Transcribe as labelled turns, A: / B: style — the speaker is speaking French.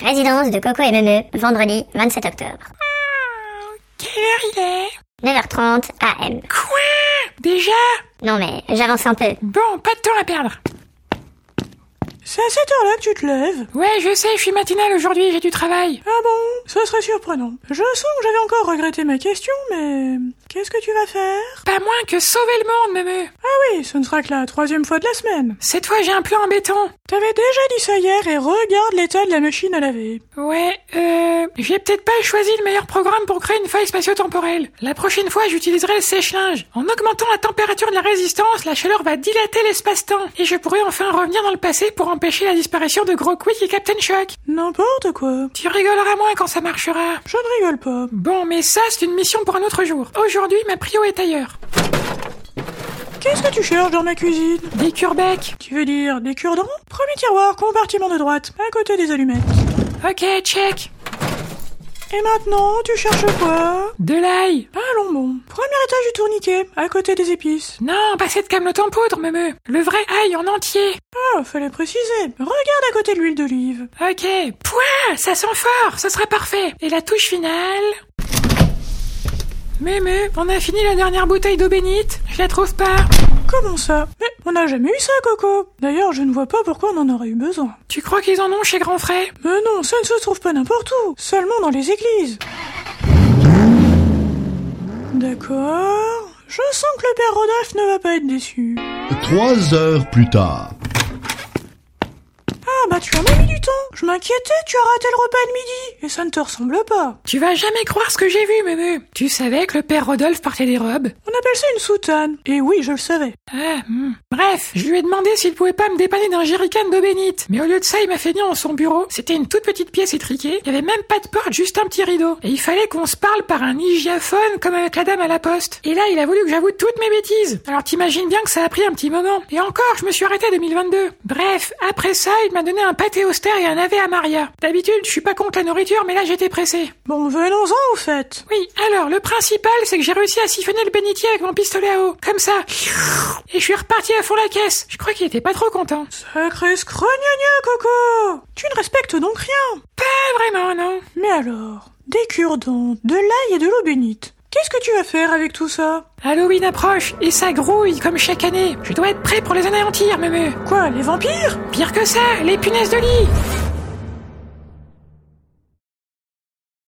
A: Résidence de Coco et Meme, vendredi 27 octobre.
B: Quelle heure il est
A: 9h30 AM.
B: Quoi Déjà
A: Non mais, j'avance un peu.
B: Bon, pas de temps à perdre.
C: C'est à cette heure-là que tu te lèves
B: Ouais, je sais, je suis matinale aujourd'hui, j'ai du travail.
C: Ah bon Ça serait surprenant. Je sens que j'avais encore regretté ma question, mais... Qu'est-ce que tu vas faire
B: Pas moins que sauver le monde, Meme.
C: Ah oui, ce ne sera que la troisième fois de la semaine.
B: Cette fois, j'ai un plan embêtant.
C: T'avais déjà dit ça hier et regarde l'état de la machine à laver.
B: Ouais, euh... J'ai peut-être pas choisi le meilleur programme pour créer une faille spatio-temporelle. La prochaine fois, j'utiliserai le sèche-linge. En augmentant la température de la résistance, la chaleur va dilater l'espace-temps. Et je pourrai enfin revenir dans le passé pour empêcher la disparition de Gros Quick et Captain Shock.
C: N'importe quoi.
B: Tu rigoleras moins quand ça marchera.
C: Je ne rigole pas.
B: Bon, mais ça, c'est une mission pour un autre jour. Aujourd'hui, ma prio est ailleurs.
C: Qu'est-ce que tu cherches dans ma cuisine
B: Des curbecs.
C: Tu veux dire des cure-dents Premier tiroir, compartiment de droite, à côté des allumettes.
B: Ok, check.
C: Et maintenant, tu cherches quoi
B: De l'ail.
C: Allons bon. Premier étage du tourniquet, à côté des épices.
B: Non, pas cette camelote en poudre, Meme. Le vrai ail en entier.
C: Ah, fallait préciser. Regarde à côté de l'huile d'olive.
B: Ok. Pouah, ça sent fort, ça sera parfait. Et la touche finale Mémé, on a fini la dernière bouteille d'eau bénite. Je la trouve pas.
C: Comment ça Mais on n'a jamais eu ça, Coco. D'ailleurs, je ne vois pas pourquoi on en aurait eu besoin.
B: Tu crois qu'ils en ont chez Grand Frais
C: Mais non, ça ne se trouve pas n'importe où, seulement dans les églises. D'accord. Je sens que le père Rodolphe ne va pas être déçu.
D: Trois heures plus tard.
C: Ah bah tu as mis du temps. Je m'inquiétais, tu as raté le repas de midi et ça ne te ressemble pas.
B: Tu vas jamais croire ce que j'ai vu, Mémé. Tu savais que le père Rodolphe portait des robes
C: On appelle ça une soutane. Et oui, je le savais.
B: Ah, hmm. Bref, je lui ai demandé s'il pouvait pas me dépanner d'un jerrycan d'eau bénite. Mais au lieu de ça, il m'a fait venir dans son bureau. C'était une toute petite pièce étriquée. Il y avait même pas de porte, juste un petit rideau. Et il fallait qu'on se parle par un hygiaphone comme avec la dame à la poste. Et là, il a voulu que j'avoue toutes mes bêtises. Alors t'imagines bien que ça a pris un petit moment. Et encore, je me suis arrêté à 2022. Bref, après ça, il m'a donné un pâté austère et un ave à Maria. D'habitude, je suis pas contre la nourriture, mais là, j'étais pressé.
C: Bon, venons-en au fait.
B: Oui, alors, le principal, c'est que j'ai réussi à siphonner le bénitier avec mon pistolet à eau. Comme ça. Et je suis reparti à fond la caisse. Je crois qu'il était pas trop content.
C: Sacré scrognagna, Coco Tu ne respectes donc rien.
B: Pas Ah, vraiment, non.
C: Mais alors, des cure-dents, de l'ail et de l'eau bénite. Qu'est-ce que tu vas faire avec tout ça
B: Halloween approche, et ça grouille comme chaque année. Je dois être prêt pour les anéantir, Mémé.
C: Quoi, les vampires
B: Pire que ça, les punaises de lit